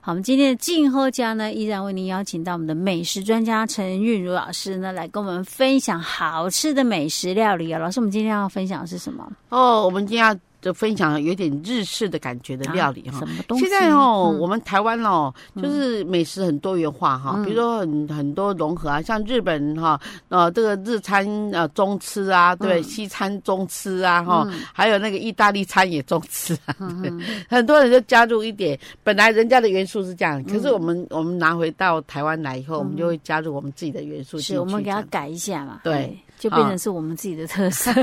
好，我们今天的静候家呢，依然为您邀请到我们的美食专家陈韵如老师呢，来跟我们分享好吃的美食料理啊。老师，我们今天要分享的是什么哦，我们今天要就分享有点日式的感觉的料理啊哈。什么东西？现在哦，嗯我们台湾哦，就是美食很多元化哈，嗯比如说很很多融合啊，像日本哈，呃，这个日餐呃中吃啊，对，嗯西餐中吃啊哈，还有那个意大利餐也中吃啊，嗯对很多人就加入一点，本来人家的元素是这样，可是我嗯们我们拿回到台湾来以后，我们就会加入我们自己的元素进是去。我们这给样它改一下嘛，对哎，就变成是我们自己的特色。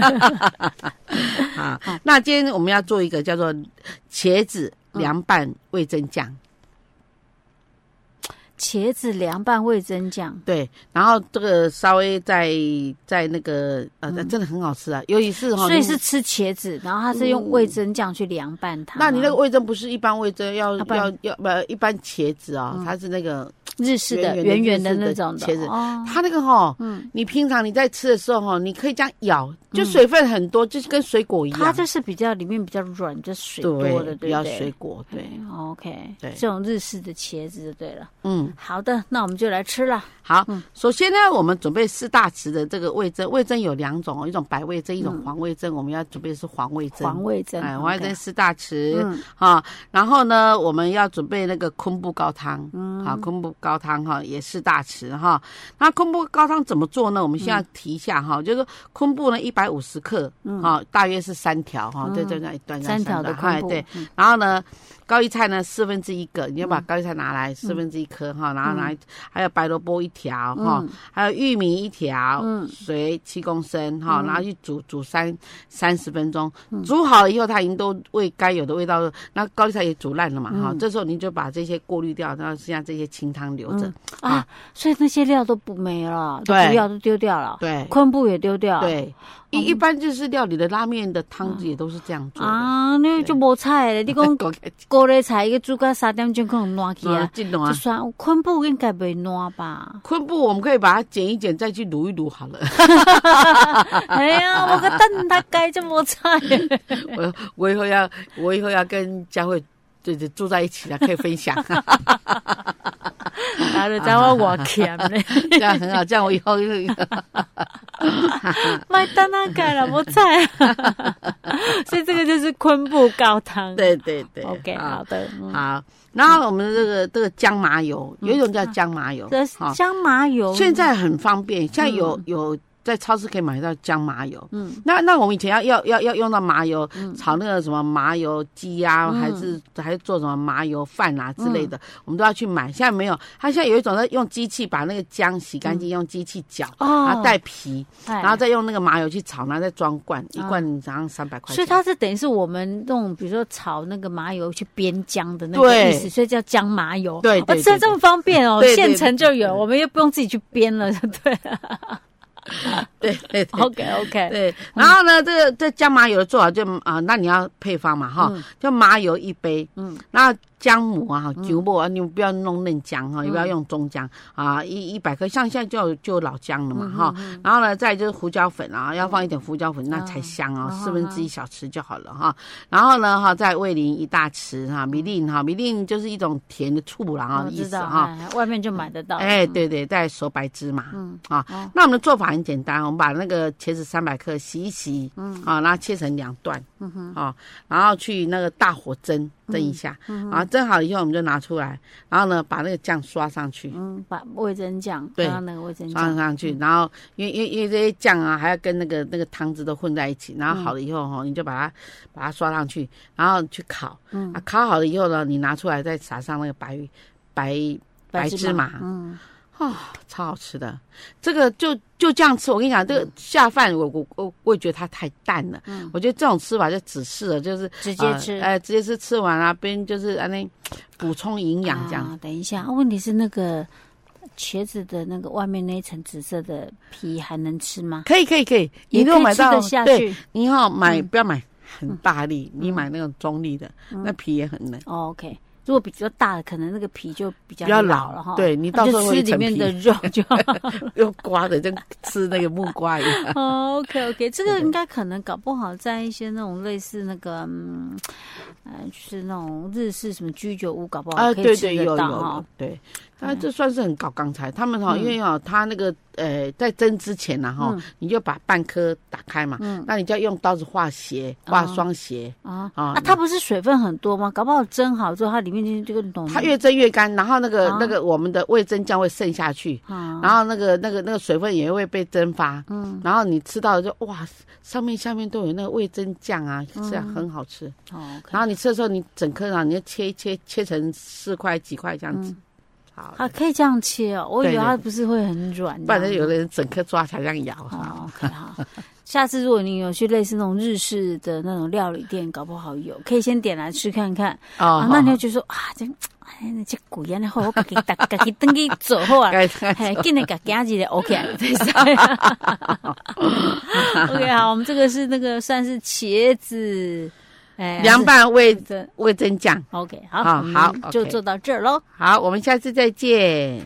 啊，那今天我们要做一个叫做茄子嗯凉拌味增酱，茄子凉拌味增酱，对，然后这个稍微在在那个呃，真的很好吃啊，尤其是哈，嗯所以你是吃茄子，然后它是用味增酱去凉拌它吗。那你那个味增不是一般味增，要啊不然要要不一般茄子啊、嗯它是那个日式的圆圆圆圆的的那日式的种的茄子哦，它那个哈，嗯你平常你在吃的时候哈，你可以这样咬，就水分很多，就是跟水果一样，它就是比较里面比较软，比较水多的，对，对比不较对？水果，对，嗯，OK，对这种日式的茄子就对了。嗯。好的，那我们就来吃了。好，嗯首先呢，我们准备四大匙的这个味增，味增有两种哦，一种白味增，一种黄味增。我们要准备的是黄味增，嗯黄味增，哎， OK 黄味增四大匙嗯啊。然后呢，我们要准备那个昆布高汤，嗯好，昆布高汤哈也四大匙哈。那昆布高汤怎么做呢？我们先要提一下嗯哈，就是说昆布呢一百五十克，啊，大约是三条哈，对对对，断嗯三条的昆块布，哎嗯对，然后呢，高丽菜呢四分之一个，你要把高丽菜拿来四分之一颗哈，然后拿还有白萝卜一条哈，嗯还有玉米一条，水七公升哈，然后去煮煮三三十分钟，煮好了以后它已经都味该有的味道了，那高丽菜也煮烂了嘛哈，这时候你就把这些过滤掉，然后剩下这些清汤留着，啊，所以那些料都不没了，都对不要都丢掉了，对昆布也丢掉，对，一一般就是料理的拉面的汤也都是这样嗯做的。啊，那就无菜了。你 讲搞起高丽菜一个煮到三点钟可能烂去来啊，这种就啊，？算昆布应该袂烂吧 昆布我们可以把它剪一剪，再去卤一卤好了。哎呀，我个等他改就无菜。 我呃我以后要我以后要跟佳慧对对住在一起了，可以分享，啊，就知我我欠咧，这样很好，这样我以后就麦当娜改了无菜， 所以这个就是昆布高汤。 对对对，OK，好好，的，嗯好。然后我们这个这个姜麻油，有一种叫姜麻油这，好，香麻油现在很方便，现在有有在超市可以买到姜麻油。嗯，那那我们以前要要要要用到麻油炒那个什么麻油鸡啊，还是还是做什么麻油饭啊之类的，我们都要去买。现在没有，它现在有一种在用机器把那个姜洗干净，用机器搅。然哦后，带皮，哎然后再用那个麻油去炒，然后再装罐，一啊罐好像三百块所钱。以它是等于是我们用，比如说炒那个麻油去煸姜的那个意对思，所以叫姜麻油。对哦，对这对这么方便哦，对对现成就有，我们又不用自己去煸了， 对了。对对对 OK OK，对，然后呢，这个这姜麻油做好就啊、那你要配方嘛哈，嗯就麻油一杯，嗯，那姜母啊，嗯哈姜母啊，你不要弄嫩姜哈，你不要用中姜啊，一一百克，像现在就有就有老姜了嘛哈，嗯然后呢，再就是胡椒粉啊，要放一点胡椒粉，啊那才香哦，四分之一小匙就好了哈，然后呢哈，再味淋一大匙哈，米令哈，米令就是一种甜的醋啦哈我的意嗯知思道哈。，哎外面就买得到。哎，对对，再熟白芝麻，嗯嗯啊，那我们的做法很简单，我们把那个茄子三百克洗一洗，嗯啊，然后切成两段，嗯哼，啊，然后去那个大火蒸蒸一下，嗯，啊，蒸好以后我们就拿出来，然后呢把那个酱刷上去，嗯，把味增酱，对刚刚那个味增刷酱，上去，然后因为因为因为这些酱啊，还要跟那个那个汤汁都混在一起，然后好了以后哈、你就把它把它刷上去，然后去烤，嗯、啊，烤好了以后呢，你拿出来再撒上那个白白白芝麻，嗯，哦，超好吃的，这个就就这样吃。我跟你讲，这嗯个下饭我我我我也觉得它太淡了。我觉得这种吃法就只适合就是直接吃呃，哎直接吃吃完啊，边就是安那补充营养这样。啊。等一下，啊问题是那个茄子的那个外面那一层紫色的皮还能吃吗？可以可以可以，你也如可果以买吃到得下对，去。嗯你要买不要买很大力，你买那种中力的，那皮也很嫩。哦 OK，如果比较大的，可能那个皮就比较比较老老了哈。对你那到时就候会吃一里层面皮的肉就 好。用刮的，像吃那个木瓜一样。 OK OK，这个应该可能搞不好在一些那种类似那个，嗯，呃，就是那种日式什么居酒屋，搞不好啊，可以对吃对，得有有到哈有。对，那这算是很搞刚才他们哈，因为哈，他那个呃，在蒸之前呢哈嗯，你就把半颗打开嘛，那你就要用刀子画斜，画哦双斜，啊啊啊，它不是水分很多吗？搞不好蒸好之后，它里面就是这个浓。它越蒸越干，然后那个哦那个我们的味增酱会渗下去，啊，然后那个那个那个水分也会被蒸发，嗯，然后你吃到就哇，上面下面都有那个味增酱啊，嗯这样很好吃。哦，OK，然后你吃的时候，你整颗啊，你就切一切切成四块几块嗯这样子，好，啊，可以这样切哦。我以为对对它不是会很软，不然这样有的人整颗抓起来这样咬啊。哦，OK 好。 下次如果你有去类似那种日式的那种料理店，搞不好有，可以先点来吃看看。哦啊，那你就觉得说啊，这哎，那这鬼啊，那好，我自己打，自己登去做好 啊。 该哎该嘿，今日给家己的 OK 啊，对噻 OK，好，我们这个是那个算是茄子，哎，凉拌味的。味增酱。 OK，好，啊我们好就 OK 做到这儿喽。好，我们下次再见。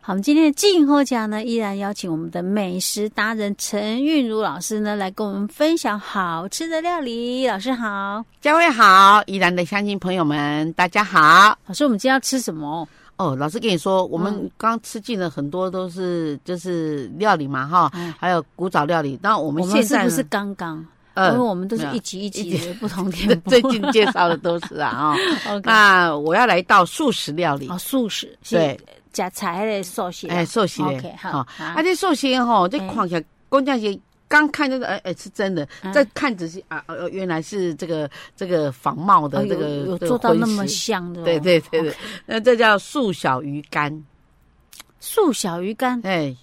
好，我们今天的静候家呢，依然邀请我们的美食达人陈韵如老师呢，来跟我们分享好吃的料理。老师好，嘉惠好，宜兰的乡亲朋友们，大家好。老师，我们今天要吃什么？哦，老师跟你说，我们刚吃进了很多都是就是料理嘛哈嗯，还有古早料理。那我们我们现是在不呢是刚刚？因为 呃，我们都是没有一集一集一的不同 天最部。最近介绍的都是啊啊。哦 OK，那我要来到素食料理好，，哦素食是对，加菜的寿喜。哎，寿喜嘞 OK，好，哈，啊啊，这寿喜吼，这哎看起来，光这些刚看就是，哎哎，是真的嗯，再看仔细啊，呃，原来是这个这个仿冒哦的这有个有这个做到荤那么食香的哦，对对对对 OK，那这叫素小鱼干，素小鱼干哎，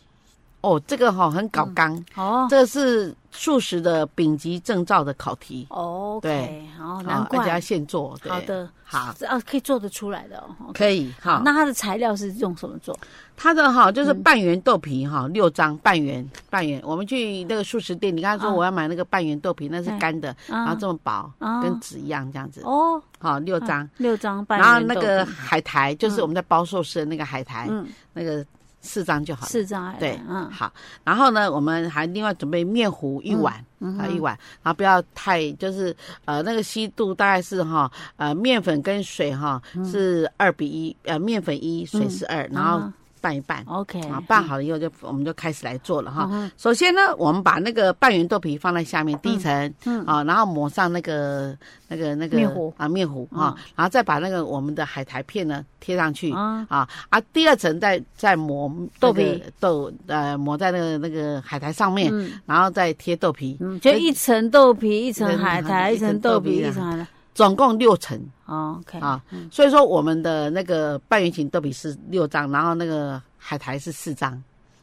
哦，这个哈很搞刚，哦这是素食的丙级证照的考题， ，OK，对好，啊哦难而且要怪，现做，对好，的，好，是啊，可以做得出来的哦。OK 可以哈。那嗯它的材料是用什么做？它的哈就是半圆豆皮哈，六张半圆半圆。我们去那个素食店，你刚才啊说我要买那个半圆豆皮，那是哎干的，然后啊这么薄啊，跟纸一样这样子，哦，好六张。六张半然后圆那豆个皮海苔就是我们在包寿司的那个海苔，嗯那个四张就好了。四张海苔对嗯，好，然后呢，我们还另外准备面糊一碗嗯啊，一哼碗，然后不要太就是呃那个稀度大概是哈呃面粉跟水哈嗯是二比一，呃面粉一水是二，然后啊拌一拌。 OK，啊，拌好了以后就我们就开始来做了哈。嗯首先呢，我们把那个半圆豆皮放在下面第一层，嗯啊，然后抹上那个那个那个面糊嗯啊面糊啊，然后再把那个我们的海苔片呢贴上去。啊，啊啊！第二层再再抹豆那个皮豆呃抹在那个那个海苔上面，嗯然后再贴豆皮，嗯，就一层豆皮，一层层海苔，一一层层豆豆皮，皮一啊层海苔。总共六层哦 OK，啊嗯。所以说我们的那个半圆形豆皮是六张，然后那个海苔是四张，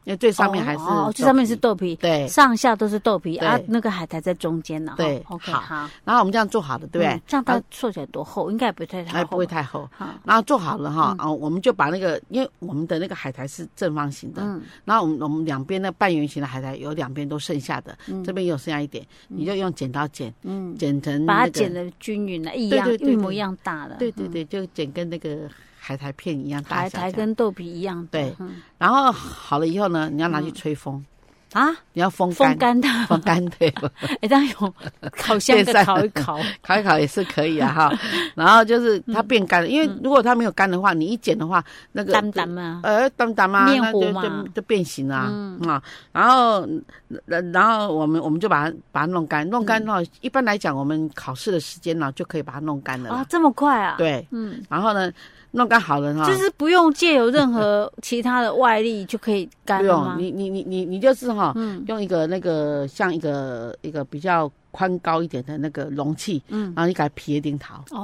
因为最上面还是哦哦，最豆上面皮是豆皮，对上下都是豆皮对啊，那个海苔在中间呢。哈对，OK，好好，然后我们这样做好了，对不嗯对？这样它做起来多厚？应该也不太哎，太不厚会吧。太厚。好，然后做好了哈，嗯啊，我们就把那个，因为我们的那个海苔是正方形的，嗯然后我们我们两边那半圆形的海苔有两边都剩下的，这边有剩下一点，你就用剪刀剪，嗯，剪成把那它个剪，的均匀了，一样对对对一模一样大的。对对对，就剪跟那个海苔片一样大海小苔这样。跟豆皮一样大。对嗯然后好了以后呢，你要拿去吹风，啊，你要风嗯风干干，的，风干 对，哎，当然有烤箱的变散烤一 烤。烤一烤也是可以啊哈。然后就是它变干了，因为嗯如果它没有干的话，你一剪的话，那个淡淡 嘛，呃，当当嘛，面那糊就嘛嗯就就变形了啊、啊。然后，呃然然后我们我们就把它把它弄干，弄干嗯的话，一般来讲，我们考试的时间呢就可以把它弄干了啦、啊，这么快啊？，对，啊嗯，然后呢，弄干好了哈，就是不用借由任何 其他的外力就可以干不了用吗？嗯你你你你你就是哈、用一个那个像一个一个比较宽高一点的那个容器，嗯然后你给它撇顶头。哦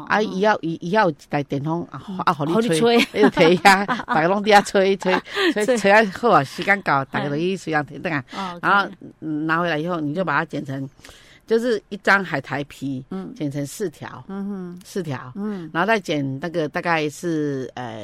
哦，，啊，伊要伊伊要一台电风啊，啊，互给你你吹吹，你就提 遐，大家拢伫遐吹吹吹哎吹吹啊好啊，时间到，大家就去水上停等啊。哦，然后嗯拿回来以后，你就把它剪成，就是一张海苔皮，嗯，剪成四条，嗯四条，嗯，然后再剪那个大概是呃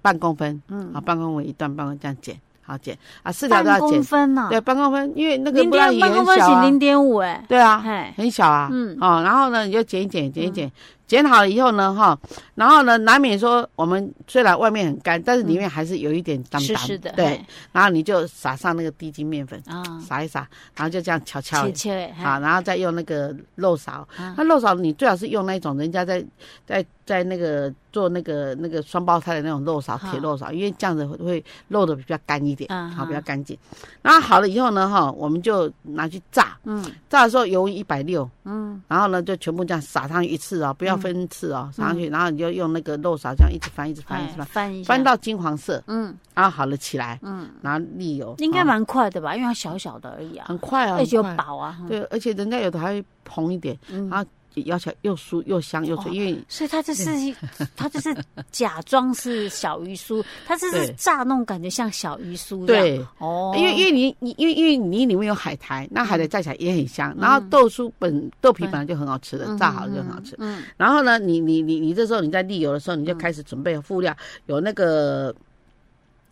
半公分，嗯，啊半公分一段，半公分这样剪，好剪啊，四条都半要公剪，分呐，对，半公分，因为那个零不然点也半公很分小是啊零，点五哎，对啊，嘿，很小啊，嗯哦，然后呢你就剪一剪，剪一剪，剪好了以后呢，哈，然后呢，难免说我们虽然外面很干，但是里面还是有一点当湿当湿的，对，然后你就撒上那个低筋面粉，嘿啊，撒一撒，然后就这样敲敲切。切啊，然后再用那个肉勺，啊那肉勺你最好是用那种人家在在在那个做那个那个双胞胎的那种肉勺，啊铁肉勺，因为这样子会会肉的比较干一点，啊好比哈较干净。然后好了以后呢，哈，我们就拿去炸，嗯炸的时候油温一百六，嗯然后呢，就全部这样撒上去一次哦，不要分次哦，撒上去，然后你就用那个肉勺这样一直翻，一直翻，一直哎翻，翻一下，翻到金黄色，嗯然后好了起来，嗯，然后沥油，应该哦蛮快的吧，因为它小小的而已啊，很快啊，而且又很快薄啊，对，而且人家有的还会蓬一点，嗯啊咬起来又酥又香又脆，哦因为所以它这是一，它就是假装是小鱼酥，它这是对炸弄感觉像小鱼酥这样对，哦，嗯因为因为你你因为因为你里面有海苔，那海苔炸起来也很香，然后豆酥本豆皮本来就很好吃的，炸好了就很好吃。嗯然后呢，你你你你这时候你在沥油的时候，你就开始准备辅料，有那个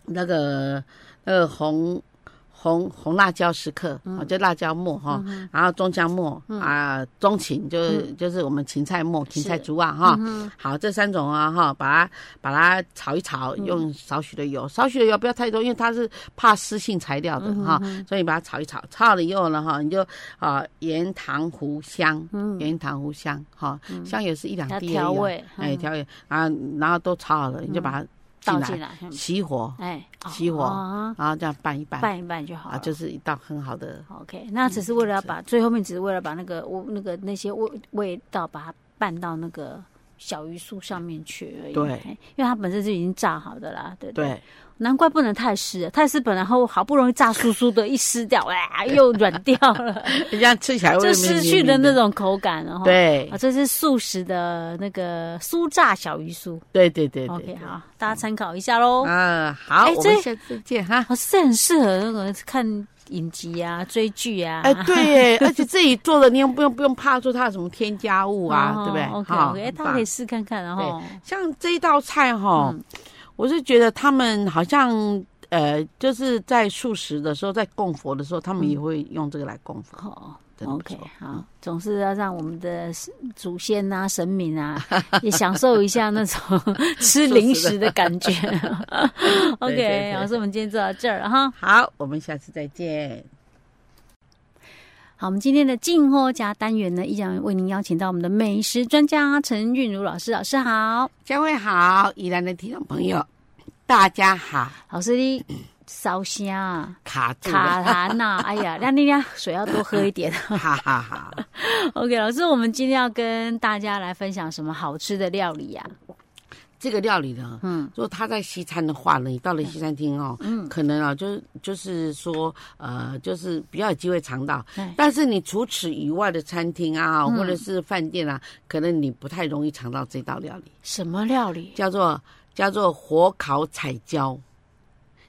那个那个红红红辣椒十克，哦，就辣椒末哈，然后中姜末啊，中芹就是就是我们芹菜末、芹菜竹啊哈。嗯好，这三种啊哈，把它把它炒一炒，嗯用少许的油，少许的油不要太多，因为它是怕湿性材料的嗯哈，所以把它炒一炒，炒好了以后呢哈，你就啊盐糖糊香，嗯，盐糖糊香哈，香油是一两要滴而已调哦，味，哎嗯调味，然后然后都炒好了，你就把它倒进进来，来，嗯熄火，哎，哦熄火啊然后这样拌一拌，拌一拌就好啊，了，就是一嗯道很好的 OK，那只是为了要把最后面只是为了把那个我那个那些味味道把它拌到那个小鱼酥上面去而已。对嘿，因为它本身就已经炸好的啦，对不对？对。难怪不能太湿，太湿本来后好不容易炸酥酥的，一湿掉，哎，又软掉 了，人家吃起来会就失去了的那种口感了哈。。对啊，这是素食的那个酥炸小鱼酥对对对对 OK，对好，大家参考一下喽。啊，好，哎我这们下次见哈。哦，这很适合那个看影集啊、追剧啊。哎，对耶，而且自己做的，你又不用不用怕说它有什么添加物啊，对不对？哦 OK 哈 OK，哎很大家棒可以嗯试看看，然后像这一道菜哈，我是觉得他们好像呃，就是在素食的时候，在供佛的时候，他们也会用这个来供佛。哦真的嗯不，OK，错嗯好，总是要让我们的祖先呐、神明 啊，也享受一下那种吃零食的感 觉。对对 OK，对老师，我们今天就到这儿了哈。好，我们下次再见。好，我们今天的进货家单元呢，依然为您邀请到我们的美食专家陈韵如老师，老师好，佳慧好，宜兰的听众朋友，大家好，老师你烧虾啊卡住了，卡痰呐、哎呀，那那那水要多喝一 点。哈哈哈。 OK，老师，我们今天要跟大家来分享什么好吃的料理呀、这个料理呢，嗯嗯，如果他在西餐的话呢，你到了西餐厅哦，嗯，可能啊，就是就是说，呃，就是比较有机会尝到哎。但是你除此以外的餐厅啊，嗯或者是饭店啊，可能你不太容易尝到这道料理，什么料理？叫做叫做火烤彩椒，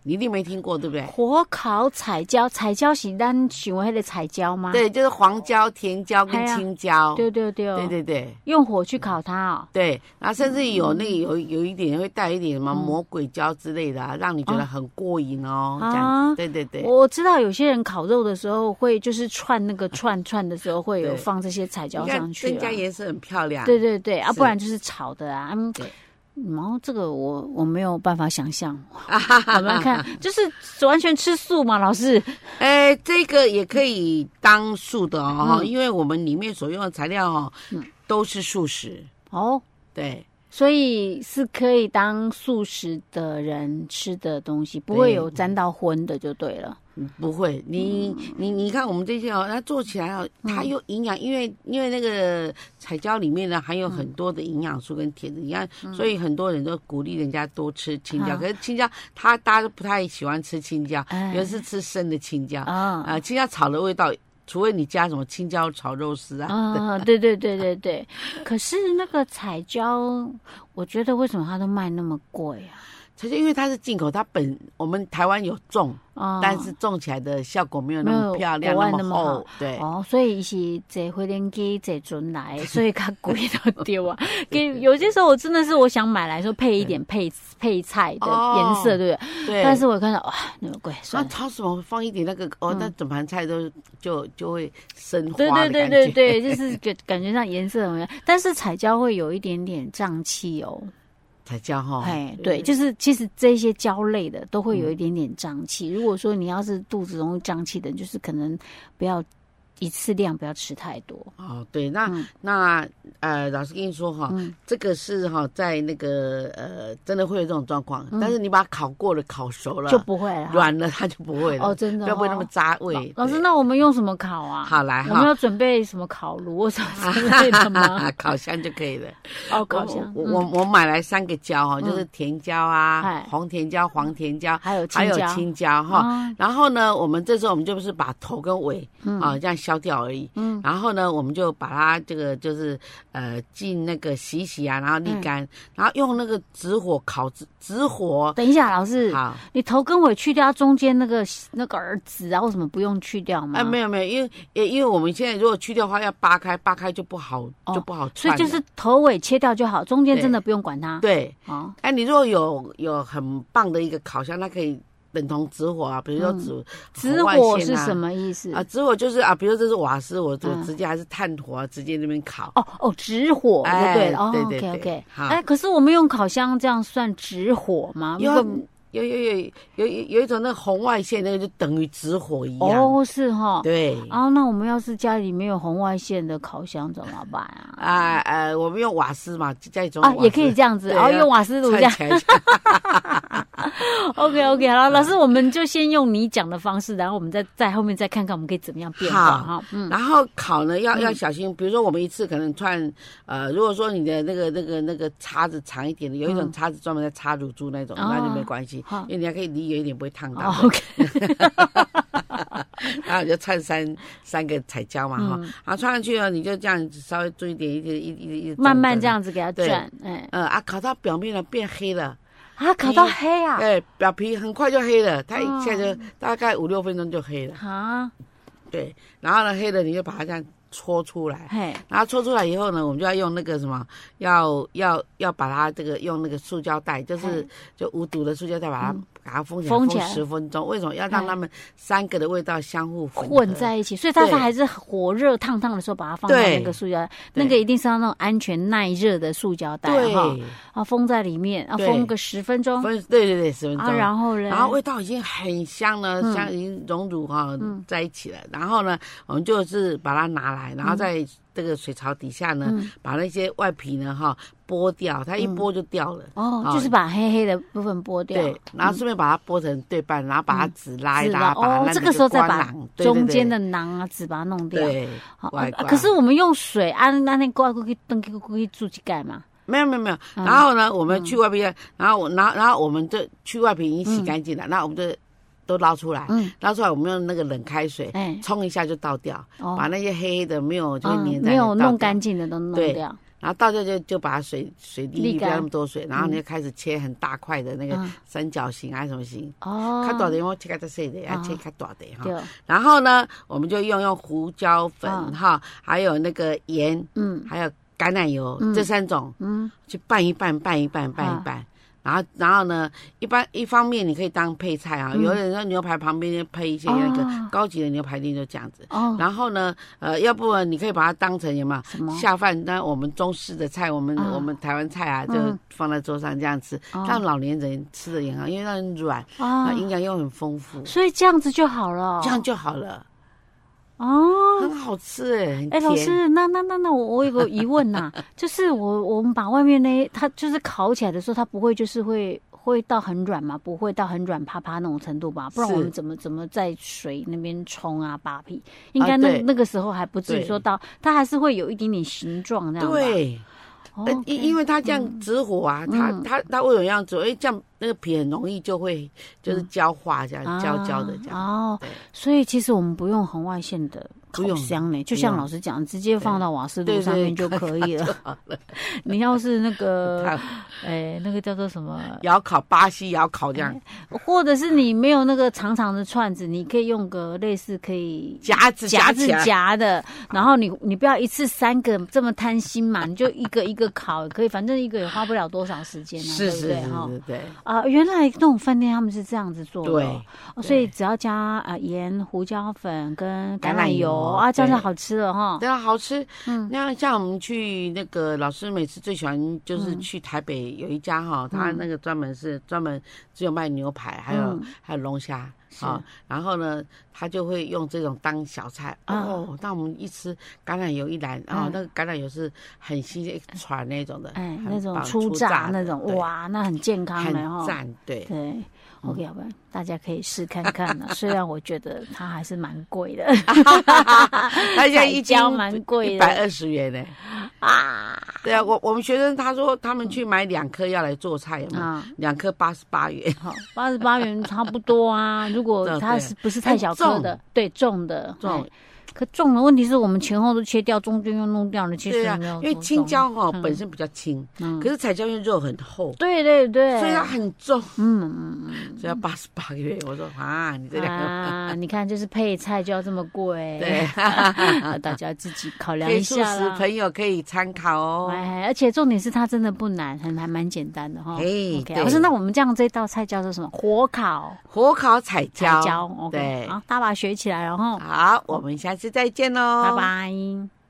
你一定没听过，对不对？火烤彩椒，彩椒是咱喜欢那个彩椒吗？对，就是黄椒、甜椒啊哎跟呀青椒，对对对哦，对对对。用火去烤它哦。对，然后甚至嗯有那个有有一点会带一点什么魔鬼椒之类的、啊，让你觉得很过瘾哦。这样啊子，对对对。我知道有些人烤肉的时候会，就是串那个串串的时候会有对放这些彩椒你上看去、增啊加。颜色很漂亮。对对对，啊，是不然就是炒的啊。嗯对，然后这个我我没有办法想 象，啊哈哈我们来哈，看，就是完全吃素嘛，老师。哎，这个也可以当素的哦，嗯因为我们里面所用的材料哦，都是素食。哦，对，所以是可以当素食的人吃的东西，不会有沾到荤的就对了。不会，你嗯你你看我们这些哦，它做起来哦，它又营养，因为因为那个彩椒里面呢含嗯有很多的营养素跟铁质，你看，所以很多人都鼓励人家多吃青椒。啊可是青椒，它大家都不太喜欢吃青椒，哎有的是吃生的青椒啊，啊青椒炒的味道，除非你加什么青椒炒肉丝啊，啊，对对对对对。可是那个彩椒，我觉得为什么它都卖那么贵啊？它就因为它是进口，它本我们台湾有种，哦但是种起来的效果没有那没么有漂亮，国外那那么么厚，对。哦，所以伊是坐回轮机坐船 来，所以较贵都丢啊。给有些时候我真的是我想买来说配一点配配菜的颜嗯哦色，对不对？对，但是我看到哇，那么贵，那算了。炒什么放一点那个哦，那整盘菜都就就会生对花对的对感对觉。对，就是感感觉上颜色怎么样，但是彩椒会有一点点胀气哦。才叫哈，哎，对，就是其实这些椒类的都会有一点点胀气。如果说你要是肚子容易胀气的，就是可能不要一次量不要吃太多。哦，对，那、嗯那呃，老师跟你说哈、嗯这个是哈、在那个呃，真的会有这种状况，但是你把它烤过了、烤熟嗯了、就不会了哈。软了，它就不会了，哦，真的、哦，就不会那么扎胃。老老师，对那我们用什么烤啊？好来我们哈，要准备什么烤炉或什么之类的 吗？烤箱就可以了。哦，烤箱，我嗯我我买来三个椒哈、就是甜椒啊嗨、嗯红甜椒、黄甜椒，还有青还有椒，青椒哈。啊，然后呢，我们这时候我们就是把头跟尾啊这样削掉而已。嗯然后呢，我们就把它这个就是呃进那个洗一洗啊，然后沥嗯干，然后用那个直火烤直直火。等一下，老师，好，你头跟尾去掉中间那个那个儿子啊，为什么不用去掉吗？哎，没有没有，因为也因为我们现在如果去掉的话，要扒开，扒开就不好哦就不好所以串就了是头尾切掉就好，中间对真的不用管它。，对。哦，哎，你如果有有很棒的一个烤箱，它可以等同直火啊，比如说嗯直直红外火线是啊什么意思？啊，直火就是啊，比如这是瓦斯，我我嗯直接还是炭火啊，直接那边烤。哦哦，直火就对了。哎哦对，OK 对对 OK。好哎，可是我们用烤箱这样算直火吗？有啊如果有有有有有有一种那个红外线，那个就等于直火一样。哦，是哈。对。哦，那我们要是家里没有红外线的烤箱怎么办啊？啊呃，我们用瓦斯嘛，家里装啊，瓦也可以斯这样子，对啊然后要用瓦斯炉这样。 串起来 OK OK，好了，嗯老师，我们就先用你讲的方式，然后我们再在后面再看看我们可以怎么样变化好哈。嗯，然后烤呢要要小心，比如说我们一次可能串，呃，如果说你的那个那个那个叉子长一点的，有一种叉子专门在插乳猪那种，嗯哦那就没关系好，因为你还可以离远一点，不会烫到哦。OK， 然后你就串三三个彩椒嘛嗯哈，然后串上去了，你就这样子稍微注意点，一点一点一点慢慢这。样子给它对转，哎，呃啊，烤到表面了变黑了，啊，烤到黑啊，哎，表皮很快就黑了，它一哦下就大概五六分钟就黑了。啊，对，然后呢，黑了你就把它这样搓出来，嘿，然后搓出来以后呢，我们就要用那个什么，要要要把它这个用那个塑胶袋，就是嘿就无毒的塑胶袋，把它、把它封起来，嗯封封起来十分钟。为什么要让嘿它们三个的味道相互混合混？在一起，所以它是对还是火热烫烫的时候，把它放在对那个塑胶，对那个一定是要那种安全耐热的塑胶袋哈，对，啊，封在里面，啊，对封个十分钟，分对对对，十分钟。啊，然后嘞，然后味道已经很香了，嗯香已经融入哈、在一起了。然后呢，我们就是把它拿来，然后在这个水槽底下呢，嗯把那些外皮呢哈剥掉，它一剥就掉了。哦，哦就是把黑黑的部分剥掉，嗯对，然后顺便把它剥成对半，然后把它纸拉一纸拉，吧把它哦，那这个时候再关把囊对对中对间的囊啊纸把它弄掉。对，好，乖啊乖可是我们用水按那那挂过去，登过去煮几盖嘛。没有没有没有。嗯然后呢，我们去外边，然后我然后然后我们就去外皮已经洗干净了，那我们就都捞出来，嗯，捞出来我们用那个冷开水哎，冲一下就倒掉。哦把，那些黑黑的没有就会嗯粘在、没有弄干，净的都弄对掉。然后倒掉就就把水水沥沥不干要那么多水，然后你就开始切很大块的那个嗯三角形啊什么形，哦，较大的我切较细的，要啊切较大的哈。对，然后呢，我们就用用胡椒粉嗯哈，还有那个盐，嗯还有橄榄油嗯这三种嗯，去拌一拌，拌一拌，拌一拌。然后，然后呢？一般一方面你可以当配菜啊，嗯有的人说牛排旁边就配一些那哦个高级的牛排店就这样子。哦，然后呢，呃，要不然你可以把它当成有没有什么？下饭？那我们中式的菜，我们、啊我们台湾菜啊，就嗯放在桌上这样吃，哦让老年人吃的也很好，因为让人软，啊那、，营养又很丰富，所以这样子就好了。这样就好了，哦。很好吃哎、很哎，甜。老师，那那那那我我有个疑问 呐、就是我我们把外面那它就是烤起来的时候，它不会就是会会到很软嘛？不会到很软趴趴那种程度吧？不然是我们怎么怎么在水那边冲啊扒皮？应该那、啊对那个时候还不至于对说到，它还是会有一点点形状那样吧。对，哦，呃因、因为它这样直火啊，它嗯它它为什么要直火？因为这样那个皮很容易就会嗯啊就是焦化，这样、焦焦的这样。哦对，所以其实我们不用红外线的烤不用箱呢，就不像用老师讲，直接放到瓦斯对炉对上面就可以了。你要是那 个，哎，那个叫做什么，窑烤巴西窑烤这样，哎或者是你没有那个长长的串子，你可以用个类似可以夹子夹起子来，夹的，然后你你不要一次三个这么贪心嘛，你就一个一个烤也可以，反正一个也花不了多少时间啊，是是对是不对哈？是，对啊、原来那种饭店他们是这样子做的哦，对，哦所以只要加啊、呃盐、胡椒粉跟橄橄榄榄油油啊，这样就对好吃了哈。嗯对啊，好吃。那像我们去那个老师每次最喜欢就是嗯去台北有一家哈，他那个专门是专门只有卖牛排，还有嗯还有龙虾是啊。然后呢，他就会用这种当小菜啊哦。那我们一吃橄榄油一来，哦嗯，那个橄榄油是很新鲜一船那种的，哎，很那种棒初榨榨那的种，对，哇，那很健康的很哈。赞，嗯对。对，OK，要不然大家可以试看看呢。虽然我觉得它还是蛮贵的， 他啊现在一斤椒蛮贵一的百二十元呢啊！对啊，我我们学生他说他嗯们去买两颗要来做菜嘛，啊。两颗八十八元，好，八十八元差不多啊。如果对它哦对是不是太小颗的，对重的重哎可重的问题是我们前后都切掉，中间又弄掉了，其实对啊也没有，多因重、为青椒哈嗯本身比较轻，嗯，可是彩椒因为肉很厚，对对对，所以它很重，嗯嗯嗯所以要八十八个月。我说啊，你这嗯两个啊，你看就是配菜就要这么贵， 啊对，大家自己考量可一以促下使啦。朋友可以参考哦。哎，而且重点是它真的不难，很还蛮简单的哈。哎 OK，啊对老师，那我们这样这道菜叫做什么？火烤火烤彩彩椒，椒。OK，对好，大把学起来，然后好，我们下次再见喽，哦拜拜。